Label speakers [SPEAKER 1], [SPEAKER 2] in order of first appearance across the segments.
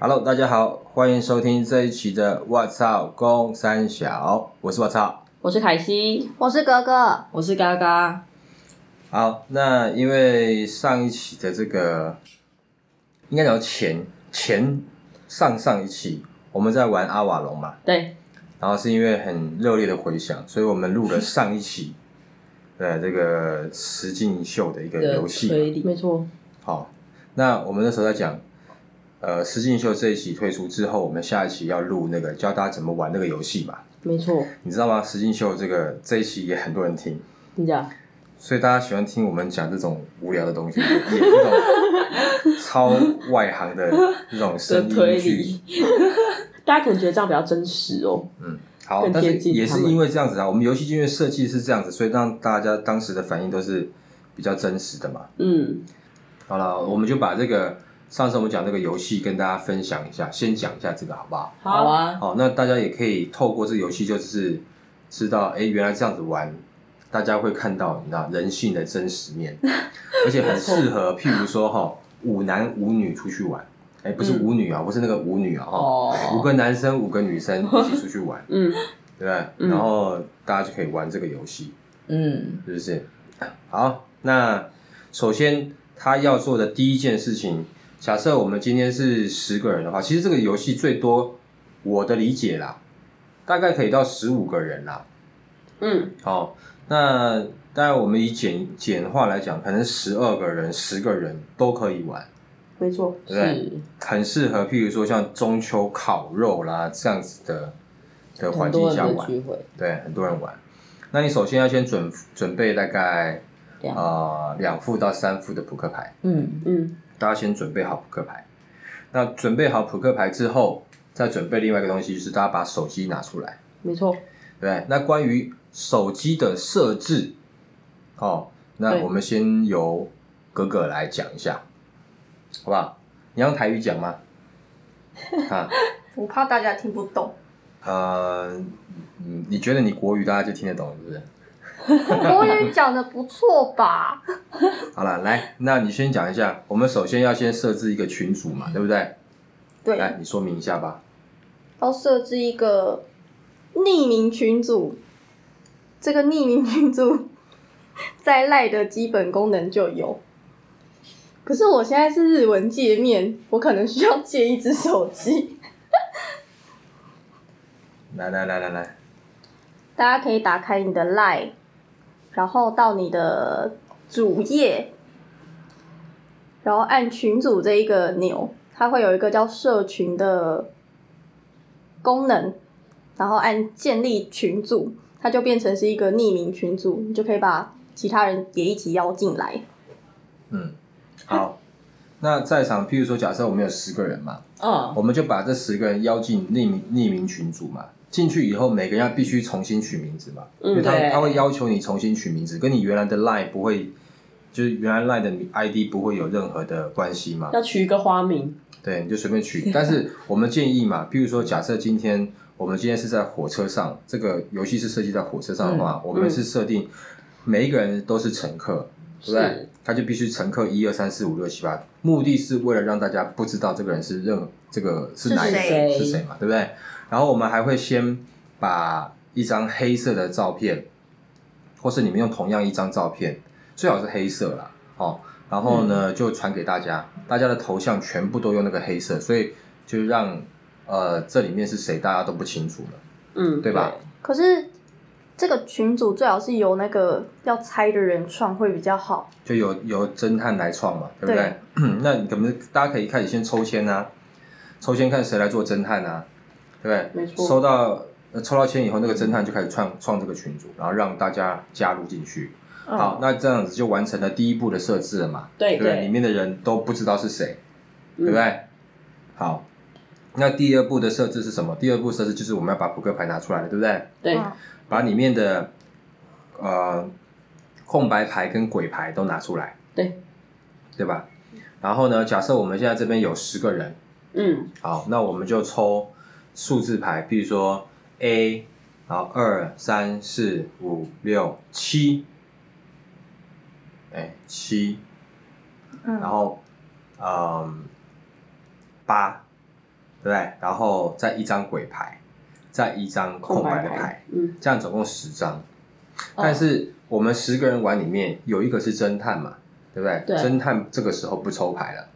[SPEAKER 1] Hello，大家好，欢迎收听这一期的《我操公三小》，我是我操。
[SPEAKER 2] 我是凯西，
[SPEAKER 3] 我是格格，
[SPEAKER 2] 我是嘎嘎，
[SPEAKER 1] 好，那因为上一期的这个，应该聊前前上上一期我们在玩阿瓦隆嘛，
[SPEAKER 2] 对，
[SPEAKER 1] 然后是因为很热烈的回响，所以我们录了上一期，呃，这个实境秀的一个游戏嘛。
[SPEAKER 2] 推理，没错，
[SPEAKER 1] 好，那我们那时候在讲，呃，实境秀这一期推出之后，我们下一期要录那个教大家怎么玩那个游戏嘛。
[SPEAKER 2] 没错，
[SPEAKER 1] 你知道吗？实境秀这个这一期也很多人听，
[SPEAKER 2] 你讲，
[SPEAKER 1] 所以大家喜欢听我们讲这种无聊的东西，演 这种超外行的这种声音剧。，
[SPEAKER 2] 大家可能觉得这样比较真实哦，
[SPEAKER 1] 嗯，好，
[SPEAKER 2] 更
[SPEAKER 1] 但是
[SPEAKER 2] 贴近
[SPEAKER 1] 也
[SPEAKER 2] 他
[SPEAKER 1] 是
[SPEAKER 2] 们
[SPEAKER 1] 因为这样子啊，我们游戏因为设计是这样子，所以让大家当时的反应都是比较真实的嘛。
[SPEAKER 2] 嗯，
[SPEAKER 1] 好了，我们就把这个上次我们讲这个游戏跟大家分享一下，先讲一下这个好不好？
[SPEAKER 2] 好啊，
[SPEAKER 1] 好，那大家也可以透过这个游戏，就是知道，哎，原来这样子玩，大家会看到你知道人性的真实面，而且很适合，譬如说哈、五男五女出去玩，哎，不是
[SPEAKER 2] 嗯
[SPEAKER 1] 五女啊，不是那个五女啊，哈、
[SPEAKER 2] 哦
[SPEAKER 1] 五个男生五个女生一起出去玩，
[SPEAKER 2] 嗯
[SPEAKER 1] 对不对？
[SPEAKER 2] 嗯
[SPEAKER 1] 然后大家就可以玩这个游戏。
[SPEAKER 3] 嗯，
[SPEAKER 1] 是不是？好，那首先他要做的第一件事情，假设我们今天是十个人的话，其实这个游戏最多我的理解啦，大概可以到十五个人啦。
[SPEAKER 2] 嗯，
[SPEAKER 1] 好，那当然我们以简简化来讲，可能十二个人、十个人都可以玩，
[SPEAKER 2] 没错，
[SPEAKER 1] 对不对？很适合，譬如说像中秋烤肉啦这样子的的环
[SPEAKER 3] 很
[SPEAKER 1] 境
[SPEAKER 3] 多
[SPEAKER 1] 下
[SPEAKER 3] 人的
[SPEAKER 1] 玩。
[SPEAKER 3] 聚会，
[SPEAKER 1] 对，很多人玩。那你首先要先准准备大概
[SPEAKER 3] 两
[SPEAKER 1] 呃两副到三副的扑克牌，
[SPEAKER 3] 嗯，
[SPEAKER 2] 嗯，
[SPEAKER 1] 大家先准备好扑克牌。那准备好扑克牌之后，再准备另外一个东西，就是大家把手机拿出来，
[SPEAKER 2] 没错，
[SPEAKER 1] 对不对？那关于手机的设置，哦，那
[SPEAKER 2] 对
[SPEAKER 1] 我们先由格格来讲一下，好不好？你要用台语讲吗？啊，
[SPEAKER 4] 我怕大家听不懂。
[SPEAKER 1] 呃，嗯你觉得你国语大家就听得懂，是不是？
[SPEAKER 4] 我国语讲的不错吧？
[SPEAKER 1] 好了，来，那你先讲一下，我们首先要先设置一个群组嘛，对不对？来，
[SPEAKER 4] 对，
[SPEAKER 1] 你说明一下吧。
[SPEAKER 4] 要设置一个匿名群组，这个匿名群组 在赖的基本功能就有。可是我现在是日文界面，我可能需要借一只手机。
[SPEAKER 1] 来来来来来，
[SPEAKER 4] 大家可以打开你的 Line，然后到你的主页，然后按群组这一个钮，它会有一个叫社群的功能，然后按建立群组，它就变成是一个匿名群组，你就可以把其他人也一起邀进来。
[SPEAKER 1] 嗯，好。那在场，譬如说，假设我们有十个人嘛，
[SPEAKER 3] 嗯，
[SPEAKER 1] 我们就把这十个人邀进匿名匿名群组嘛。进去以后，每个人要必须重新取名字嘛，因为
[SPEAKER 2] 嗯，
[SPEAKER 1] 他
[SPEAKER 3] 对
[SPEAKER 1] 他会要求你重新取名字，跟你原来的 line 不会，就是原来 line 的 ID 不会有任何的关系嘛。
[SPEAKER 2] 要取一个花名，
[SPEAKER 1] 对，你就随便取。但是我们建议嘛，譬如说，假设今天我们今天是在火车上，这个游戏是设计在火车上的话，我们是设定每一个人都是乘客，对不对
[SPEAKER 2] 是？
[SPEAKER 1] 他就必须乘客一二三四五六七八，目的是为了让大家不知道这个人是任这个是哪一个
[SPEAKER 4] 是
[SPEAKER 2] 谁
[SPEAKER 1] 是谁嘛，对不对？然后我们还会先把一张黑色的照片，或是你们用同样一张照片，最好是黑色啦，哦，然后
[SPEAKER 2] 嗯
[SPEAKER 1] 呢、就传给大家，大家的头像全部都用那个黑色，所以就让呃这里面是谁大家都不清楚了，
[SPEAKER 2] 嗯，
[SPEAKER 1] 对吧？？
[SPEAKER 4] 可是这个群组最好是由那个要猜的人创会比较好。
[SPEAKER 1] 就由由侦探来创嘛，对不对？ 那你可能大家可以开始先抽签啊，抽签看谁来做侦探啊，对不对？
[SPEAKER 2] 没错
[SPEAKER 1] 抽到、呃抽到签以后，那个侦探就开始创创这个群组，然后让大家加入进去。
[SPEAKER 2] 嗯
[SPEAKER 1] 好，那这样子就完成了第一步的设置了嘛？
[SPEAKER 2] 对
[SPEAKER 1] 不对，
[SPEAKER 2] 对
[SPEAKER 1] 里面的人都不知道是谁，
[SPEAKER 2] 嗯
[SPEAKER 1] 对不对？好，那第二步的设置是什么？第二步设置就是我们要把扑克牌拿出来了，对不对？
[SPEAKER 2] 对，
[SPEAKER 4] 嗯
[SPEAKER 1] 把里面的呃空白牌跟鬼牌都拿出来，
[SPEAKER 2] 对，
[SPEAKER 1] 对吧？然后呢，假设我们现在这边有十个人，
[SPEAKER 2] 嗯，
[SPEAKER 1] 好，那我们就抽数字牌，比如说 A，然后二三四五六七，哎七，
[SPEAKER 4] 嗯，
[SPEAKER 1] 然后嗯八，对不对？然后再一张鬼牌，再一张空白的牌，，
[SPEAKER 2] 嗯，
[SPEAKER 1] 这样总共十张。但是我们十个人玩里面有一个是侦探嘛，对不对？
[SPEAKER 2] 对
[SPEAKER 1] 侦探这个时候不抽牌了。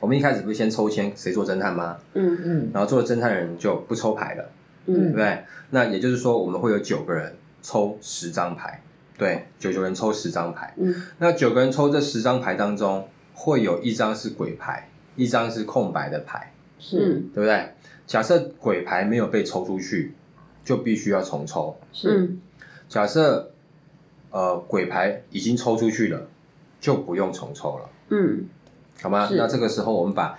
[SPEAKER 1] 我们一开始不是先抽签谁做侦探吗？
[SPEAKER 2] 嗯
[SPEAKER 3] 嗯
[SPEAKER 1] 然后做了侦探的人就不抽牌了，对
[SPEAKER 2] 嗯
[SPEAKER 1] 不对？那也就是说，我们会有九个人抽十张牌，对，九九人抽十张牌。
[SPEAKER 2] 嗯
[SPEAKER 1] 那九个人抽这十张牌当中，会有一张是鬼牌，一张是空白的牌，
[SPEAKER 3] 是
[SPEAKER 2] 嗯
[SPEAKER 1] 对不对？假设鬼牌没有被抽出去，就必须要重抽。
[SPEAKER 3] 是
[SPEAKER 2] 嗯
[SPEAKER 1] 假设呃鬼牌已经抽出去了，就不用重抽了，
[SPEAKER 2] 嗯
[SPEAKER 1] 好吗？
[SPEAKER 3] 是
[SPEAKER 1] 那这个时候我们把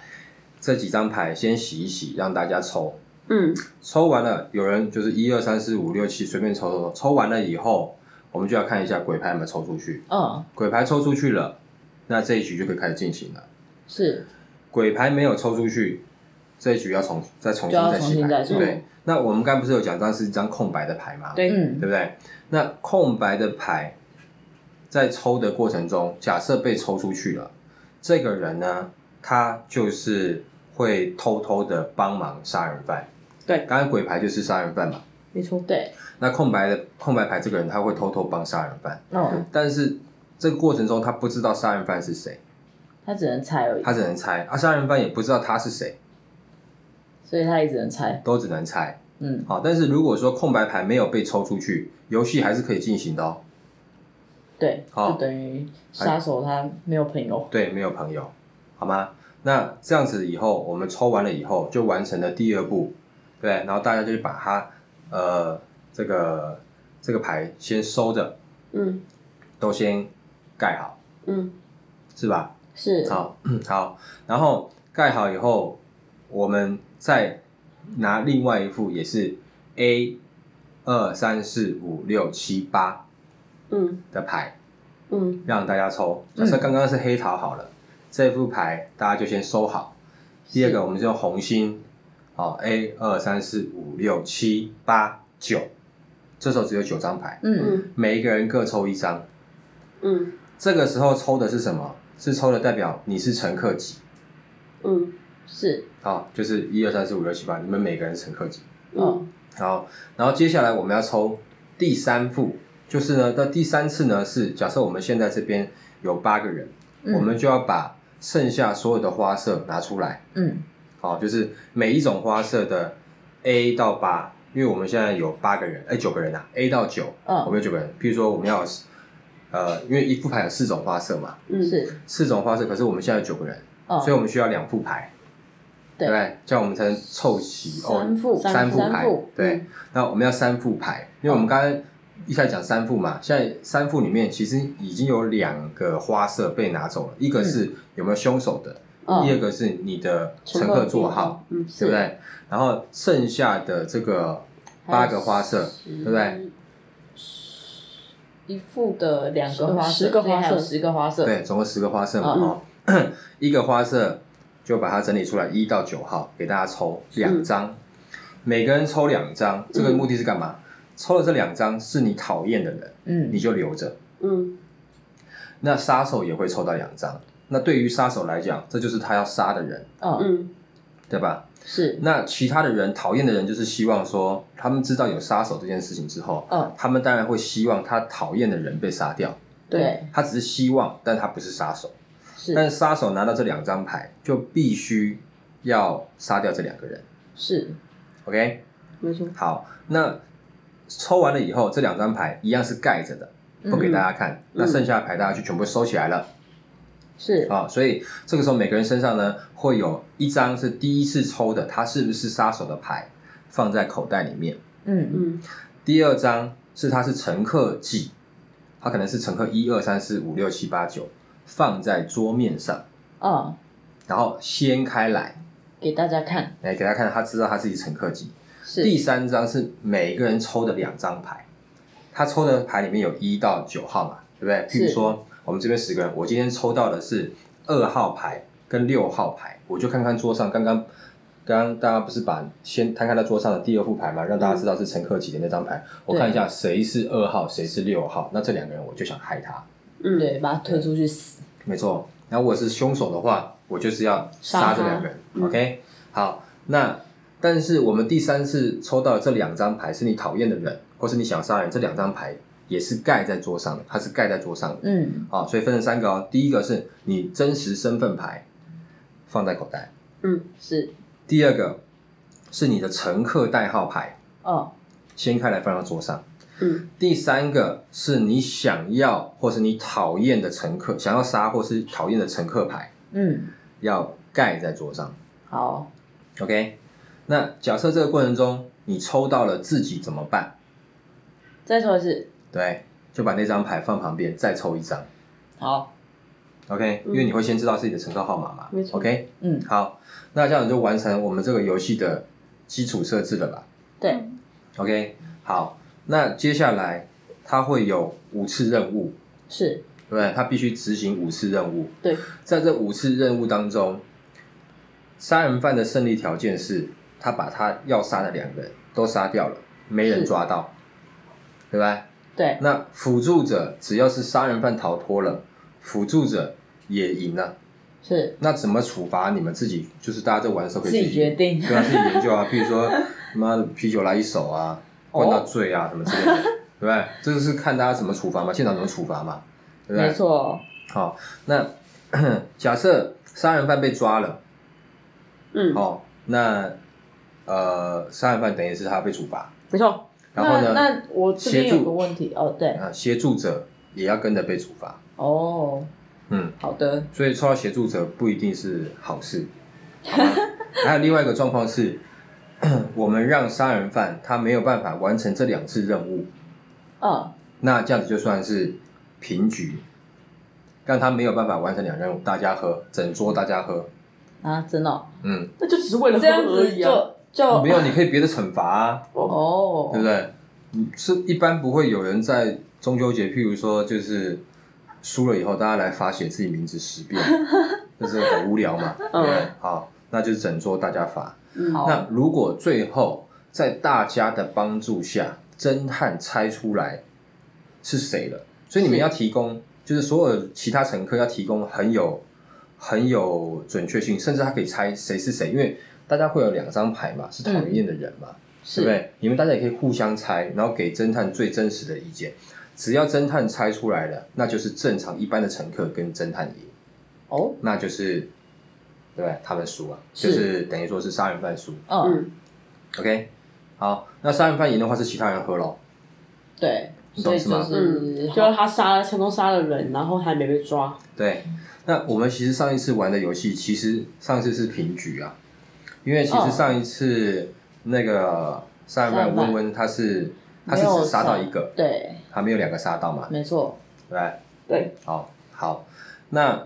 [SPEAKER 1] 这几张牌先洗一洗，让大家抽。
[SPEAKER 2] 嗯
[SPEAKER 1] 抽完了，有人就是一二三四五六七随便抽抽抽，抽完了以后，我们就要看一下鬼牌有没有抽出去。
[SPEAKER 3] 嗯
[SPEAKER 1] 鬼牌抽出去了，那这一局就可以开始进行了。
[SPEAKER 3] 是
[SPEAKER 1] 鬼牌没有抽出去，这一局要重再重
[SPEAKER 3] 就
[SPEAKER 1] 新
[SPEAKER 3] 要
[SPEAKER 1] 再
[SPEAKER 3] 重
[SPEAKER 1] 洗
[SPEAKER 3] 新
[SPEAKER 1] 牌。
[SPEAKER 3] 再抽
[SPEAKER 1] 对，那我们刚才不是有讲，这是一张空白的牌吗？
[SPEAKER 2] 对
[SPEAKER 3] 嗯
[SPEAKER 1] 对不对？那空白的牌在抽的过程中，假设被抽出去了，这个人呢，他就是会偷偷的帮忙杀人犯。
[SPEAKER 2] 对
[SPEAKER 1] 当然鬼牌就是杀人犯嘛。
[SPEAKER 2] 没错，
[SPEAKER 3] 对
[SPEAKER 1] 那空白的空白牌这个人，他会偷偷帮杀人犯，
[SPEAKER 3] 嗯，
[SPEAKER 1] 但是这个过程中他不知道杀人犯是谁，
[SPEAKER 3] 他只能猜而已，
[SPEAKER 1] 他只能猜，啊，杀人犯也不知道他是谁，
[SPEAKER 3] 所以他也只能猜，
[SPEAKER 1] 都只能猜。
[SPEAKER 3] 嗯
[SPEAKER 1] 好，但是如果说空白牌没有被抽出去，游戏还是可以进行的哦。
[SPEAKER 3] 对，
[SPEAKER 1] 好
[SPEAKER 3] 就等于杀手他没有朋友，
[SPEAKER 1] 对，没有朋友，好吗？那这样子以后，我们抽完了以后，就完成了第二步，对，然后大家就把它，呃，这个这个牌先收着，
[SPEAKER 2] 嗯
[SPEAKER 1] 都先盖好，
[SPEAKER 2] 嗯
[SPEAKER 1] 是吧？
[SPEAKER 3] 是
[SPEAKER 1] 好， 好，然后盖好以后，我们再拿另外一副也是 A 二三四五六七八
[SPEAKER 2] 嗯
[SPEAKER 1] 的牌
[SPEAKER 2] 嗯
[SPEAKER 1] 让大家抽。假设
[SPEAKER 3] 嗯
[SPEAKER 1] 刚刚是黑桃好了，这副牌大家就先收好。第二个，我们就用红心，好，A 二三四五六七八九，这时候只有九张牌，
[SPEAKER 3] 嗯
[SPEAKER 2] 嗯
[SPEAKER 1] 每一个人各抽一张。
[SPEAKER 2] 嗯
[SPEAKER 1] 这个时候抽的是什么？是抽的代表你是乘客级，
[SPEAKER 2] 嗯
[SPEAKER 3] 是
[SPEAKER 1] 好，就是一二三四五六七八，你们每个人是乘客级。
[SPEAKER 3] 哦
[SPEAKER 2] 嗯
[SPEAKER 1] 好，然后接下来我们要抽第三副，就是呢，到第三次呢是假设我们现在这边有八个人，
[SPEAKER 3] 嗯
[SPEAKER 1] 我们就要把剩下所有的花色拿出来，
[SPEAKER 3] 嗯
[SPEAKER 1] 好，就是每一种花色的 A 到八，因为我们现在有八个人，哎，九个人啊，A 到九，我
[SPEAKER 3] 嗯
[SPEAKER 1] 们有九个人。譬如说我们要有，呃，因为一副牌有四种花色嘛，
[SPEAKER 2] 嗯
[SPEAKER 3] 是
[SPEAKER 1] 四种花色，可是我们现在有九个人，
[SPEAKER 3] 嗯，
[SPEAKER 1] 所以我们需要两副牌，对
[SPEAKER 3] 对
[SPEAKER 1] 不对？这样我们才能凑齐哦，
[SPEAKER 3] 三副嗯
[SPEAKER 1] 三副
[SPEAKER 3] 三
[SPEAKER 1] 牌
[SPEAKER 3] 副，
[SPEAKER 1] 对。那我们要三副牌，因为我们刚刚一开始讲三副嘛，现在三副里面其实已经有两个花色被拿走了，一个是有没有凶手的，第二
[SPEAKER 3] 嗯
[SPEAKER 1] 个是你的乘客座号，，
[SPEAKER 2] 嗯
[SPEAKER 1] 对不对？然后剩下的这个八个花色，对不对？
[SPEAKER 3] 一副的两个花色，
[SPEAKER 2] 十个花色
[SPEAKER 3] 所以还有十个花色，
[SPEAKER 1] 对，总共十个花色嘛，
[SPEAKER 3] 嗯
[SPEAKER 1] 哦，一个花色就把它整理出来，一到九号给大家抽
[SPEAKER 3] 嗯
[SPEAKER 1] 两张，每个人抽两张，这个目的是干嘛？抽了这两张是你讨厌的人，
[SPEAKER 3] 嗯
[SPEAKER 1] 你就留着。
[SPEAKER 2] 嗯
[SPEAKER 1] 那杀手也会抽到两张，那对于杀手来讲，这就是他要杀的人，
[SPEAKER 3] 嗯
[SPEAKER 2] 嗯
[SPEAKER 1] 对吧？
[SPEAKER 3] 是
[SPEAKER 1] 那其他的人讨厌的人，就是希望说他们知道有杀手这件事情之后，
[SPEAKER 3] 嗯
[SPEAKER 1] 他们当然会希望他讨厌的人被杀掉，
[SPEAKER 3] 对
[SPEAKER 1] 他只是希望，但他不是杀手。但
[SPEAKER 3] 是
[SPEAKER 1] 是杀手拿到这两张牌，就必须要杀掉这两个人。
[SPEAKER 3] 是
[SPEAKER 1] OK，
[SPEAKER 2] 没错，
[SPEAKER 1] 好，那抽完了以后，这两张牌一样是盖着的，
[SPEAKER 3] 嗯
[SPEAKER 1] 不给大家看。那剩下的牌大家就全部收起来了。
[SPEAKER 3] 是
[SPEAKER 1] 啊、所以这个时候每个人身上呢会有一张是第一次抽的，他是不是杀手的牌放在口袋里面；
[SPEAKER 3] 嗯
[SPEAKER 2] 嗯
[SPEAKER 1] 第二张是他是乘客几，他可能是乘客一二三四五六七八九放在桌面上，
[SPEAKER 3] 嗯
[SPEAKER 1] 然后掀开来，
[SPEAKER 3] 给大家看
[SPEAKER 1] 来给他看，他知道他自己乘客几。
[SPEAKER 3] 是
[SPEAKER 1] 第三张是每个人抽的两张牌，他抽的牌里面有一到九号嘛，对不对？譬如
[SPEAKER 3] 是
[SPEAKER 1] 说我们这边十个人，我今天抽到的是二号牌跟六号牌，我就看看桌上刚刚刚刚大家不是把先摊开到桌上的第二副牌嘛，让大家知道是乘客几的那张牌，我看一下谁是二号，谁是六号，那这两个人我就想害他，
[SPEAKER 2] 嗯，
[SPEAKER 3] 对，把他推出去死。
[SPEAKER 1] 没错。然后我是凶手的话，我就是要杀这两个人。
[SPEAKER 2] 杀他
[SPEAKER 1] OK，好，那但是我们第三次抽到的这两张牌是你讨厌的人，或是你想杀的人，这两张牌也是盖在桌上的，它是盖在桌上的。
[SPEAKER 3] 嗯
[SPEAKER 1] 好，所以分成三个哦。第一个是你真实身份牌放在口袋，
[SPEAKER 2] 嗯，
[SPEAKER 3] 是，
[SPEAKER 1] 第二个是你的乘客代号牌
[SPEAKER 3] 哦，
[SPEAKER 1] 掀开来放到桌上，
[SPEAKER 2] 嗯，
[SPEAKER 1] 第三个是你想要或是你讨厌的乘客，想要杀或是讨厌的乘客牌
[SPEAKER 3] 嗯，
[SPEAKER 1] 要盖在桌上。
[SPEAKER 3] 好，
[SPEAKER 1] OK，那假设这个过程中你抽到了自己怎么办？
[SPEAKER 3] 再说一次，
[SPEAKER 1] 对，就把那张牌放旁边，再抽一张。
[SPEAKER 3] 好，
[SPEAKER 1] OK，因
[SPEAKER 2] 嗯
[SPEAKER 1] 为你会先知道自己的乘客号码嘛
[SPEAKER 2] 没。错
[SPEAKER 1] OK，
[SPEAKER 3] 嗯，
[SPEAKER 1] 好，那这样你就完成我们这个游戏的基础设置了吧
[SPEAKER 3] 对，
[SPEAKER 1] ？OK，好，那接下来它会有五次任务，
[SPEAKER 3] 是，
[SPEAKER 1] 对不对？它必须执行五次任务。
[SPEAKER 2] 对，
[SPEAKER 1] 在这五次任务当中，杀人犯的胜利条件是他把他要杀的两个人都杀掉了，没人
[SPEAKER 3] 是
[SPEAKER 1] 抓到，对吧？
[SPEAKER 3] 对，
[SPEAKER 1] 那辅助者只要是杀人犯逃脱了，辅助者也赢了。
[SPEAKER 3] 是，
[SPEAKER 1] 那怎么处罚你们自己？就是大家在玩的时候可以
[SPEAKER 3] 自己决定
[SPEAKER 1] 对啊，自己研究啊。譬如说，妈的啤酒来一手啊，
[SPEAKER 3] 哦
[SPEAKER 1] 灌到醉啊、什么之类的，对不对？这个是看大家怎么处罚嘛，现场怎么处罚嘛，对不对？
[SPEAKER 3] 没错，
[SPEAKER 1] 好，那 假设杀人犯被抓了，
[SPEAKER 2] 嗯，
[SPEAKER 1] 哦，那呃，杀人犯等于是他被处罚，
[SPEAKER 3] 没错。
[SPEAKER 1] 然后呢，
[SPEAKER 3] 那那我这边
[SPEAKER 1] 协助
[SPEAKER 3] 有个问题，哦，对，
[SPEAKER 1] 啊，协助者也要跟着被处罚，
[SPEAKER 3] 哦，
[SPEAKER 1] 嗯，
[SPEAKER 3] 好的，
[SPEAKER 1] 所以抽到协助者不一定是好事。好吗 还有另外一个状况是， 我们让杀人犯他没有办法完成这两次任务，
[SPEAKER 3] 嗯，
[SPEAKER 1] 那这样子就算是平局，让他没有办法完成两任务，大家喝，整桌大家喝，
[SPEAKER 3] 啊，真的哦，
[SPEAKER 1] 嗯。
[SPEAKER 2] 那就只是为了
[SPEAKER 3] 这样
[SPEAKER 2] 喝而
[SPEAKER 3] 子
[SPEAKER 2] 已啊，
[SPEAKER 3] 就
[SPEAKER 4] 哦
[SPEAKER 3] 就
[SPEAKER 1] 没有，你可以别的惩罚啊，
[SPEAKER 3] 哦，
[SPEAKER 1] 对不对？嗯是一般不会有人在中秋节，譬如说就是输了以后，大家来发写自己名字十遍， 就是很无聊嘛， 对不对？好，那就是整桌大家罚。
[SPEAKER 2] 嗯，
[SPEAKER 3] 嗯好
[SPEAKER 1] 那如果最后在大家的帮助下，侦探猜出来是谁了，所以你们
[SPEAKER 3] 是
[SPEAKER 1] 要提供，就是所有其他乘客要提供很有很有准确性，甚至他可以猜谁是谁，因为大家会有两张牌嘛，是讨人厌的人嘛，对
[SPEAKER 3] 是，
[SPEAKER 1] 不对？你们大家也可以互相猜，然后给侦探最真实的意见。只要侦探猜出来了，那就是正常一般的乘客跟侦探赢，
[SPEAKER 3] 哦，
[SPEAKER 1] 那就是对不对？他们输啊，
[SPEAKER 3] 是
[SPEAKER 1] 就是等于说是杀人犯输。
[SPEAKER 3] 嗯，
[SPEAKER 2] 嗯，
[SPEAKER 1] OK，好，那杀人犯赢的话是其他人喝喽。
[SPEAKER 3] 对，
[SPEAKER 1] 你
[SPEAKER 3] 所
[SPEAKER 1] 懂
[SPEAKER 3] 以
[SPEAKER 1] 是
[SPEAKER 3] 就
[SPEAKER 1] 吗
[SPEAKER 3] 是
[SPEAKER 2] 嗯，就是他杀了成功杀了人，然后还没被抓，
[SPEAKER 1] 对，那我们其实上一次玩的游戏，其实上一次是平局啊，因为其实
[SPEAKER 3] 哦
[SPEAKER 1] 上一次那个杀人犯温温他是他是只杀到一个，
[SPEAKER 3] 对，
[SPEAKER 1] 他没有两个杀到嘛，
[SPEAKER 3] 没错，
[SPEAKER 1] 对不对？
[SPEAKER 2] 对，
[SPEAKER 1] 好，好，那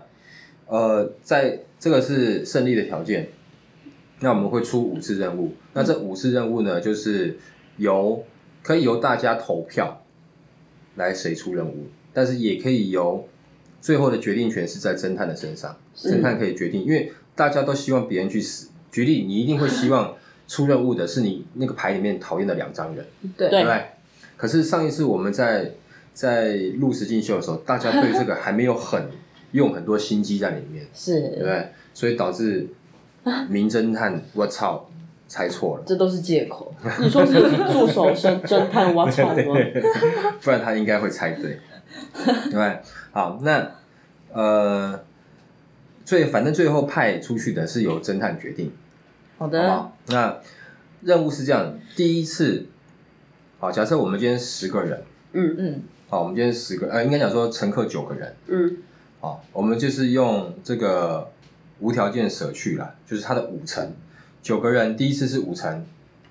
[SPEAKER 1] 呃，在这个是胜利的条件，那我们会出五次任务，那这五次任务呢，就是由可以由大家投票来谁出任务，但是也可以由最后的决定权是在侦探的身上，
[SPEAKER 2] 是
[SPEAKER 1] 侦探可以决定，因为大家都希望别人去死。举例，你一定会希望出任务的是你那个牌里面讨厌的两张人。
[SPEAKER 3] 对
[SPEAKER 2] 对
[SPEAKER 1] 对不对？可是上一次我们在在录实境秀的时候，大家对这个还没有很用很多心机在里面，对不
[SPEAKER 3] 是，
[SPEAKER 1] 对？所以导致名侦探我操猜错 了，
[SPEAKER 3] 这都是借口，
[SPEAKER 2] 你说自己助手侦侦探挖草吗？
[SPEAKER 1] 不然他应该会猜对，对不对？好，那呃，最反正最后派出去的是由侦探决定，
[SPEAKER 3] 好
[SPEAKER 1] 好不
[SPEAKER 3] 的，
[SPEAKER 1] 好？那任务是这样，第一次，好，假设我们今天十个人，
[SPEAKER 2] 嗯
[SPEAKER 3] 嗯，
[SPEAKER 1] 好，我们今天十个，呃，应该讲说乘客九个人。
[SPEAKER 2] 嗯
[SPEAKER 1] 好，我们就是用这个无条件舍去啦，就是它的五成，九个人第一次是五成，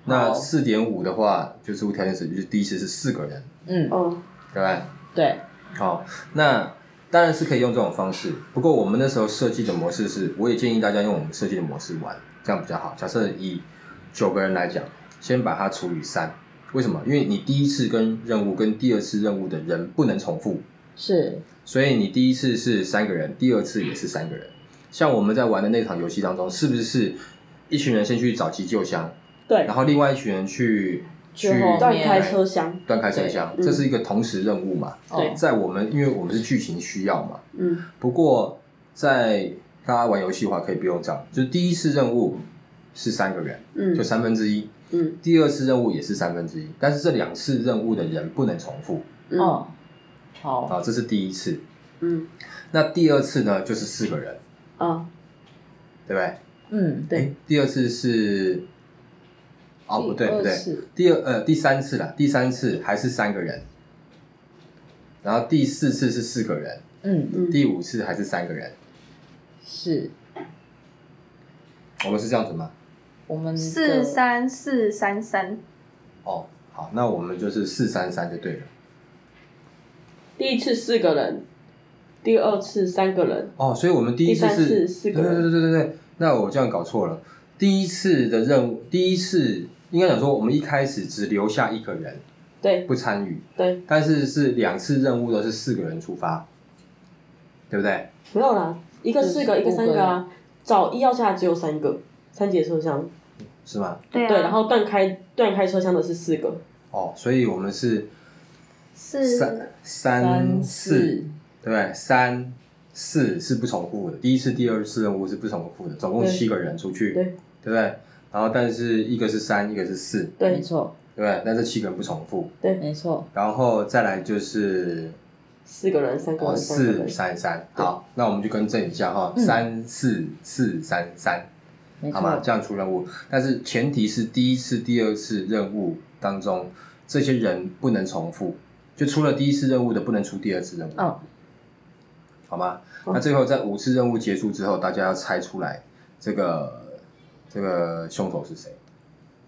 [SPEAKER 1] 那
[SPEAKER 3] 好
[SPEAKER 1] 四点五的话就是无条件舍去，就是第一次是四个人，
[SPEAKER 3] 嗯，
[SPEAKER 2] 哦，
[SPEAKER 1] 对不对？
[SPEAKER 3] 对，
[SPEAKER 1] 好，那当然是可以用这种方式，不过我们那时候设计的模式是，我也建议大家用我们设计的模式玩，这样比较好。假设以九个人来讲，先把它除以三，为什么？因为你第一次跟任务跟第二次任务的人不能重复，
[SPEAKER 3] 是，
[SPEAKER 1] 所以你第一次是三个人，第二次也是三个人。像我们在玩的那场游戏当中，是不是一群人先去找急救箱，
[SPEAKER 2] 对
[SPEAKER 1] 然，后另外一群人去去
[SPEAKER 3] 最后
[SPEAKER 2] 断开车厢，
[SPEAKER 1] 断开车厢，
[SPEAKER 2] 对嗯
[SPEAKER 1] 这是一个同时任务嘛。
[SPEAKER 2] 对
[SPEAKER 1] 在我们因为我们是剧情需要嘛，
[SPEAKER 2] 嗯，
[SPEAKER 1] 不过在大家玩游戏的话可以不用这样，就是第一次任务是三个人，
[SPEAKER 2] 嗯
[SPEAKER 1] 就三分之一。
[SPEAKER 2] 嗯
[SPEAKER 1] 第二次任务也是三分之一，但是这两次任务的人不能重复
[SPEAKER 2] 嗯
[SPEAKER 3] 哦，好，
[SPEAKER 1] 啊，这是第一次。
[SPEAKER 2] 嗯
[SPEAKER 1] 那第二次呢，就是四个人，
[SPEAKER 2] 啊，
[SPEAKER 1] 对不对？
[SPEAKER 3] 嗯，
[SPEAKER 2] 对
[SPEAKER 1] 诶第二次是，哦，不对
[SPEAKER 3] 第二
[SPEAKER 1] 不对，
[SPEAKER 3] 次
[SPEAKER 1] 第二呃第三次啦，第三次还是三个人，然后第四次是四个人，
[SPEAKER 3] 嗯，
[SPEAKER 2] 嗯，
[SPEAKER 1] 第五次还是三个人，
[SPEAKER 3] 是
[SPEAKER 1] 我们是这样子吗？
[SPEAKER 3] 我们的
[SPEAKER 4] 四三四三三，
[SPEAKER 1] 哦，好，那我们就是四三三就对了。
[SPEAKER 2] 第一次四个人，第二次三个人，
[SPEAKER 1] 哦，所以我们第一次
[SPEAKER 2] 第三
[SPEAKER 1] 是
[SPEAKER 2] 次四个人
[SPEAKER 1] 对对对对对，那我这样搞错了。第一次的任务，第一次应该讲说，我们一开始只留下一个人
[SPEAKER 2] 对
[SPEAKER 1] 不参与，
[SPEAKER 2] 对，
[SPEAKER 1] 但是是两次任务都是四个人出发，对不对？
[SPEAKER 2] 没有啦，一个四个，
[SPEAKER 3] 就是
[SPEAKER 2] 一个三个啊，找医药架只有三个，三节车厢，
[SPEAKER 1] 是吗？
[SPEAKER 4] 对啊，
[SPEAKER 2] 对，然后断开断开车厢的是四个，
[SPEAKER 1] 哦，所以我们是
[SPEAKER 4] 四
[SPEAKER 1] 三三
[SPEAKER 3] 三
[SPEAKER 1] 四，
[SPEAKER 3] 四，
[SPEAKER 1] 对不对？三四是不重复的，第一次、第二次任务是不重复的，总共
[SPEAKER 2] 对
[SPEAKER 1] 七个人出去，
[SPEAKER 2] 对
[SPEAKER 1] 不对？然后，但是一个是三，一个是四，
[SPEAKER 3] 没
[SPEAKER 2] 对
[SPEAKER 3] 错，
[SPEAKER 1] 对不对？但这七个人不重复，
[SPEAKER 3] 没错，
[SPEAKER 1] 然后再来就是
[SPEAKER 2] 四个人，三个
[SPEAKER 1] 哦
[SPEAKER 2] 人，三个
[SPEAKER 1] 四
[SPEAKER 2] 人，
[SPEAKER 1] 三三，好，那我们就更正一下哈，
[SPEAKER 3] 嗯
[SPEAKER 1] 三四四三三，
[SPEAKER 3] 没
[SPEAKER 1] 好吗？
[SPEAKER 3] 错，
[SPEAKER 1] 这样出任务，但是前提是第一次、第二次任务当中，这些人不能重复，就出了第一次任务的不能出第二次任务，
[SPEAKER 3] 哦，
[SPEAKER 1] 好吗？
[SPEAKER 2] 哦
[SPEAKER 1] 那最后在五次任务结束之后，大家要猜出来这个这个凶手是谁，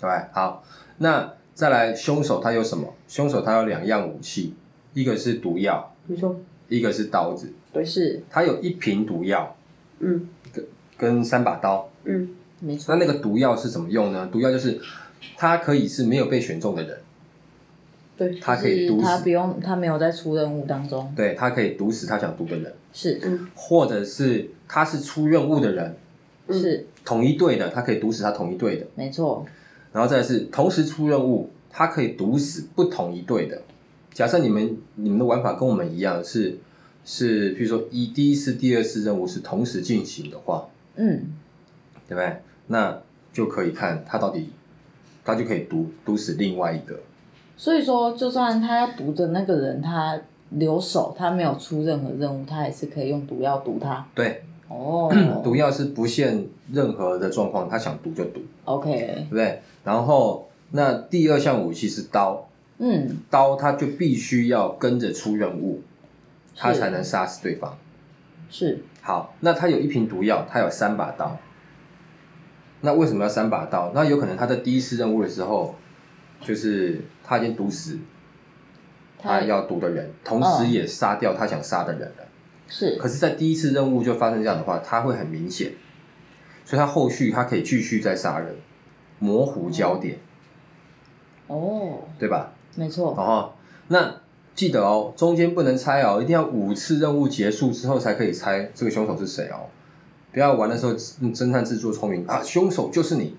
[SPEAKER 1] 对吧？好，那再来凶手他有什么？凶手他有两样武器，一个是毒药，
[SPEAKER 2] 你说，
[SPEAKER 1] 一个是刀子。
[SPEAKER 3] 是
[SPEAKER 1] 他有一瓶毒药
[SPEAKER 2] 嗯
[SPEAKER 1] 跟三把刀。
[SPEAKER 2] 嗯
[SPEAKER 3] 没错，
[SPEAKER 1] 那那个毒药是怎么用呢？毒药就是它可以是没有被选中的人，
[SPEAKER 2] 对
[SPEAKER 1] 它可以
[SPEAKER 3] 就
[SPEAKER 1] 毒
[SPEAKER 3] 是他不
[SPEAKER 1] 死，
[SPEAKER 3] 用，他没有在出任务当中，
[SPEAKER 1] 对，它可以毒死他想毒的人，
[SPEAKER 3] 是
[SPEAKER 2] 嗯
[SPEAKER 1] 或者是他是出任务的人，
[SPEAKER 2] 嗯
[SPEAKER 3] 是，
[SPEAKER 1] 同一队的，他可以毒死他同一队的，
[SPEAKER 3] 没错，
[SPEAKER 1] 然后再来是同时出任务，他可以毒死不同一队的。假设你们你们的玩法跟我们一样是是，譬如说一第一次、第二次任务是同时进行的话，
[SPEAKER 3] 嗯，
[SPEAKER 1] 对不对？那就可以看他到底，他就可以毒毒死另外一个。
[SPEAKER 3] 所以说，就算他要毒的那个人他留守，他没有出任何任务，他还是可以用毒药毒他，
[SPEAKER 1] 对，，
[SPEAKER 3] 哦
[SPEAKER 1] 嗯毒药是不限任何的状况，他想毒就毒，
[SPEAKER 3] ，OK，
[SPEAKER 1] 对不对？然后那第二项武器是刀，
[SPEAKER 3] 嗯，
[SPEAKER 1] 刀他就必须要跟着出任务，他才能杀死对方。
[SPEAKER 3] 是，
[SPEAKER 1] 好，那他有一瓶毒药，他有三把刀。那为什么要三把刀？那有可能他在第一次任务的时候，就是他已经毒死他要毒的人，同时也杀掉他想杀的人了。
[SPEAKER 3] 是
[SPEAKER 1] 可是，在第一次任务就发生这样的话，他会很明显，所以他后续他可以继续再杀人，模糊焦点，
[SPEAKER 3] 哦，
[SPEAKER 1] 对吧？
[SPEAKER 3] 没错，
[SPEAKER 1] 然后那记得哦，中间不能猜哦，一定要五次任务结束之后才可以猜这个凶手是谁哦，不要玩的时候嗯侦探自作聪明啊，凶手就是你。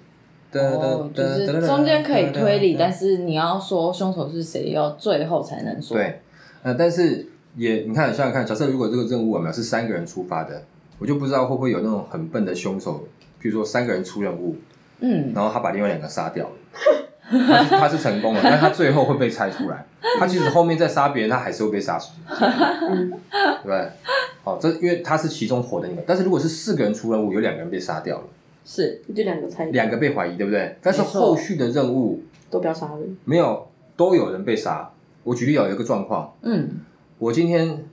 [SPEAKER 1] 噔
[SPEAKER 3] 哦，就是中间可以推理，但是你要说凶手是谁，要最后才能说。，
[SPEAKER 1] 对，呃，但是也你看，想想看，假设如果这个任务我们是三个人出发的，我就不知道会不会有那种很笨的凶手，比如说三个人出任务，
[SPEAKER 3] 嗯，
[SPEAKER 1] 然后他把另外两个杀掉了。他是他是成功了，但他最后会被猜出来。他即使后面再杀别人，他还是会被杀死，
[SPEAKER 2] 嗯
[SPEAKER 1] 对不对？好，这因为他是其中活的那个。但是如果是四个人出任务，有两个人被杀掉了，
[SPEAKER 3] 是
[SPEAKER 2] 就两个猜，
[SPEAKER 1] 两个被怀疑，对不对？但是
[SPEAKER 3] 没错
[SPEAKER 1] 后续的任务
[SPEAKER 2] 都不要杀人，
[SPEAKER 1] 没有都有人被杀。我举例哦有一个状况，
[SPEAKER 3] 嗯，
[SPEAKER 1] 我今天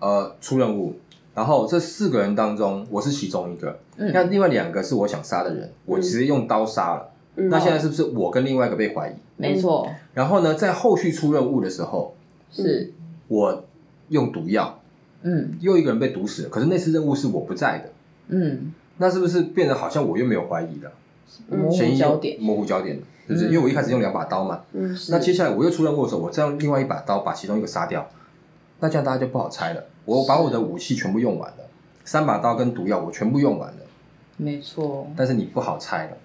[SPEAKER 1] 呃出任务，然后这四个人当中，我是其中一个，
[SPEAKER 3] 嗯
[SPEAKER 1] 那另外两个是我想杀的人，我直接用刀杀了。
[SPEAKER 2] 嗯
[SPEAKER 1] 那现在是不是我跟另外一个被怀疑？
[SPEAKER 3] 没错，
[SPEAKER 1] 然后呢，在后续出任务的时候，
[SPEAKER 3] 是，
[SPEAKER 1] 我用毒药，
[SPEAKER 3] 嗯
[SPEAKER 1] 又一个人被毒死了。可是那次任务是我不在的，
[SPEAKER 3] 嗯，
[SPEAKER 1] 那是不是变得好像我又没有怀疑了？
[SPEAKER 3] 模
[SPEAKER 1] 嫌嗯
[SPEAKER 3] 糊
[SPEAKER 1] 疑
[SPEAKER 3] 焦点，
[SPEAKER 1] 模糊焦点了，是不是？
[SPEAKER 3] 嗯
[SPEAKER 1] 因为我一开始用两把刀嘛，
[SPEAKER 2] 嗯
[SPEAKER 1] 那接下来我又出任务的时候，我再用另外一把刀把其中一个杀掉，那这样大家就不好猜了。我把我的武器全部用完了，三把刀跟毒药我全部用完了，
[SPEAKER 3] 没错，
[SPEAKER 1] 但是你不好猜了。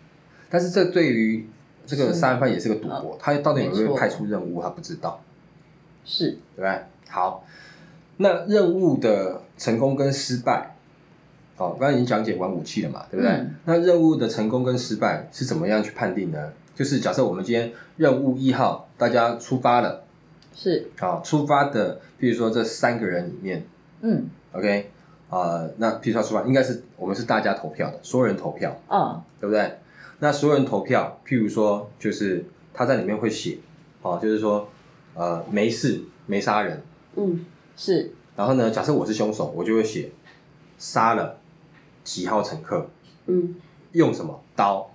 [SPEAKER 1] 但是这对于这个杀人犯也是个赌博，他到底有没
[SPEAKER 3] 没
[SPEAKER 1] 有
[SPEAKER 3] 错
[SPEAKER 1] 派出任务，他不知道，
[SPEAKER 3] 是
[SPEAKER 1] 对不对？好，那任务的成功跟失败，哦，刚才已经讲解完武器了嘛，对不对？
[SPEAKER 3] 嗯
[SPEAKER 1] 那任务的成功跟失败是怎么样去判定呢？就是假设我们今天任务一号大家出发了，
[SPEAKER 3] 是，
[SPEAKER 1] 啊，出发的，譬如说这三个人里面
[SPEAKER 3] 嗯
[SPEAKER 1] ，OK，呃，那譬如说出发应该是我们是大家投票的，所有人投票，
[SPEAKER 3] 嗯
[SPEAKER 1] 对不对？那所有人投票，譬如说，就是他在里面会写，哦，就是说，呃，没事，没杀人。
[SPEAKER 2] 嗯
[SPEAKER 3] 是
[SPEAKER 1] 然后呢，假设我是凶手，我就会写杀了几号乘客，
[SPEAKER 2] 嗯
[SPEAKER 1] 用什么刀，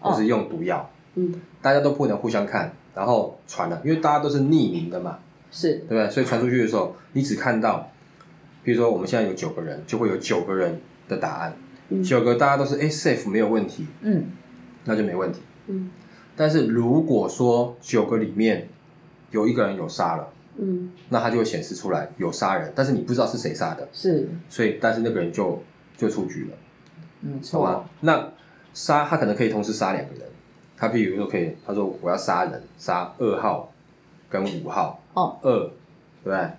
[SPEAKER 3] 哦
[SPEAKER 1] 或是用毒药，
[SPEAKER 2] 嗯
[SPEAKER 1] 大家都不能互相看，然后传了，因为大家都是匿名的嘛，
[SPEAKER 3] 是
[SPEAKER 1] 对不对？所以传出去的时候，你只看到，比如说我们现在有九个人，就会有九个人的答案，
[SPEAKER 2] 嗯
[SPEAKER 1] 九个大家都是哎 safe 没有问题，
[SPEAKER 3] 嗯
[SPEAKER 1] 那就没问题。
[SPEAKER 2] 嗯
[SPEAKER 1] 但是如果说九个里面有一个人有杀了，
[SPEAKER 2] 嗯
[SPEAKER 1] 那它就会显示出来有杀人，但是你不知道是谁杀的，
[SPEAKER 3] 是，
[SPEAKER 1] 所以但是那个人就就出局了，
[SPEAKER 3] 没
[SPEAKER 1] 好
[SPEAKER 3] 错
[SPEAKER 1] 吧，？那杀他可能可以同时杀两个人，他譬如说可以，他说我要杀人，杀二号跟五号，
[SPEAKER 3] 哦
[SPEAKER 1] 二对不对？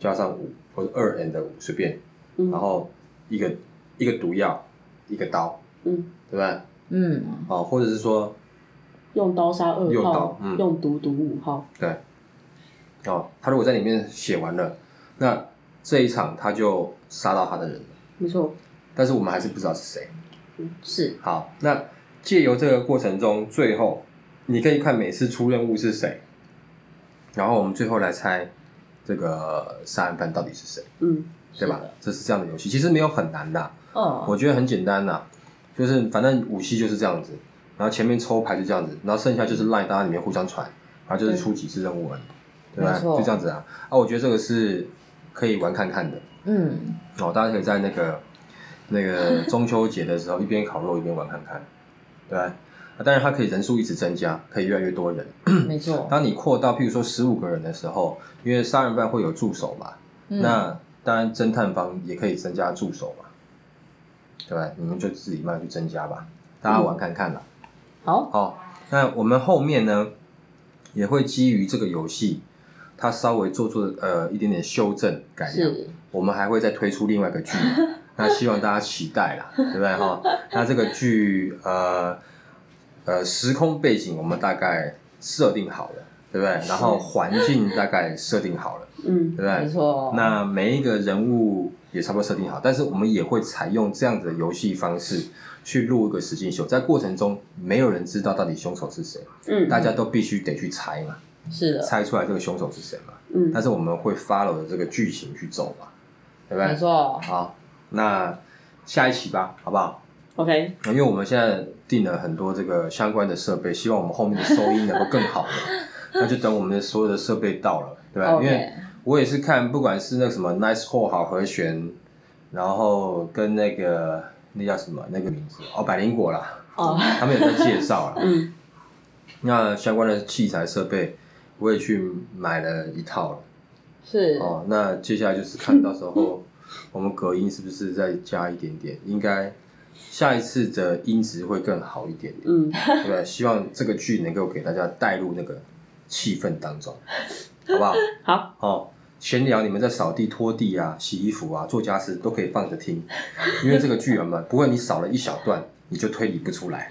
[SPEAKER 1] 加上五或者二 and 五随便，
[SPEAKER 2] 嗯，
[SPEAKER 1] 然后一个一个毒药，一个刀，
[SPEAKER 2] 嗯
[SPEAKER 1] 对不对？
[SPEAKER 3] 嗯
[SPEAKER 1] 哦，或者是说
[SPEAKER 2] 用刀杀二
[SPEAKER 1] 用刀
[SPEAKER 2] 号，
[SPEAKER 1] 嗯
[SPEAKER 2] 用毒毒五号，
[SPEAKER 1] 对，哦，他如果在里面写完了，那这一场他就杀到他的人了，
[SPEAKER 2] 没错，嗯
[SPEAKER 1] 但是我们还是不知道是谁。
[SPEAKER 3] 是
[SPEAKER 1] 好，那借由这个过程中，最后你可以看每次出任务是谁，然后我们最后来猜这个杀人犯到底是谁，
[SPEAKER 2] 嗯
[SPEAKER 1] 对吧
[SPEAKER 3] 是的？
[SPEAKER 1] 这是这样的游戏，其实没有很难的，
[SPEAKER 3] 嗯
[SPEAKER 1] 我觉得很简单呐、就是反正武器就是这样子，然后前面抽牌就这样子，然后剩下就是 line 大家里面互相传，然后就是出几次任务而已，对吧？
[SPEAKER 3] 没错
[SPEAKER 1] 就这样子啊。啊，我觉得这个是可以玩看看的
[SPEAKER 3] 嗯
[SPEAKER 1] 哦，大家可以在那个那 个中秋节的时候一边烤肉一边玩看看，对吧？啊，当然它可以人数一直增加，可以越来越多人。
[SPEAKER 3] 嗯没错，
[SPEAKER 1] 当你扩到譬如说十五个人的时候，因为杀人犯会有助手嘛，
[SPEAKER 3] 嗯
[SPEAKER 1] 那当然，侦探方也可以增加助手嘛，对吧？你们就自己慢慢去增加吧，大家玩看看啦。
[SPEAKER 3] 好
[SPEAKER 1] 好，那我们后面呢，也会基于这个游戏，它稍微做出呃一点点修正改良，
[SPEAKER 3] 是
[SPEAKER 1] 我们还会再推出另外一个 剧，那希望大家期待啦，对不对哈？那这个剧呃呃时空背景我们大概设定好了，对不对？然后环境大概设定好了，
[SPEAKER 2] 嗯
[SPEAKER 1] 对不对？
[SPEAKER 3] 没错，
[SPEAKER 1] 那每一个人物也差不多设定好，但是我们也会采用这样子的游戏方式去录一个实境秀，在过程中没有人知道到底凶手是谁，
[SPEAKER 2] 嗯
[SPEAKER 1] 大家都必须得去猜嘛，
[SPEAKER 3] 是的，
[SPEAKER 1] 猜出来这个凶手是谁嘛。
[SPEAKER 2] 嗯
[SPEAKER 1] 但是我们会 follow 着这个剧情去走嘛，对不
[SPEAKER 3] 没
[SPEAKER 1] 对？
[SPEAKER 3] 错，
[SPEAKER 1] 好，那下一期吧，好不好？
[SPEAKER 2] ，OK，
[SPEAKER 1] 因为我们现在订了很多这个相关的设备，希望我们后面的收音能够更好了。那就等我们的所有的设备到了，对吧
[SPEAKER 3] OK
[SPEAKER 1] 因为我也是看，不管是那个什么 Nice Hole 好和弦，然后跟那个那叫什么那个名字哦，百灵果啦，
[SPEAKER 3] 哦，
[SPEAKER 1] 他们有在介绍啦。
[SPEAKER 2] 嗯
[SPEAKER 1] 那相关的器材设备，我也去买了一套了。
[SPEAKER 3] 是
[SPEAKER 1] 哦，那接下来就是看到时候我们隔音是不是再加一点点，应该下一次的音质会更好一点点。
[SPEAKER 2] 嗯，
[SPEAKER 1] 对吧？希望这个剧能够给大家带入那个气氛当中，好不好？
[SPEAKER 2] 好，
[SPEAKER 1] 哦，闲聊你们在扫地、拖地啊、洗衣服啊、做家事都可以放着听，因为这个剧有没有不会你少了一小段你就推理不出来，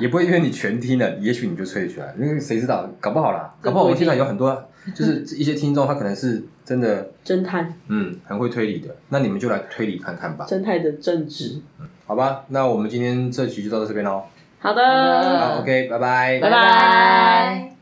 [SPEAKER 1] 也不会因为你全听了，也许你就推理出来，因为谁知道？搞不好啦，搞不好我们现在有很多就是一些听众他可能是真的
[SPEAKER 2] 侦探，
[SPEAKER 1] 嗯很会推理的，那你们就来推理看看吧，
[SPEAKER 2] 侦探的正直，
[SPEAKER 1] 好吧？那我们今天这集就到这边喽，
[SPEAKER 2] 好
[SPEAKER 3] 好的
[SPEAKER 2] 的，
[SPEAKER 1] 好，OK，拜
[SPEAKER 2] 拜
[SPEAKER 1] 拜
[SPEAKER 4] 拜拜。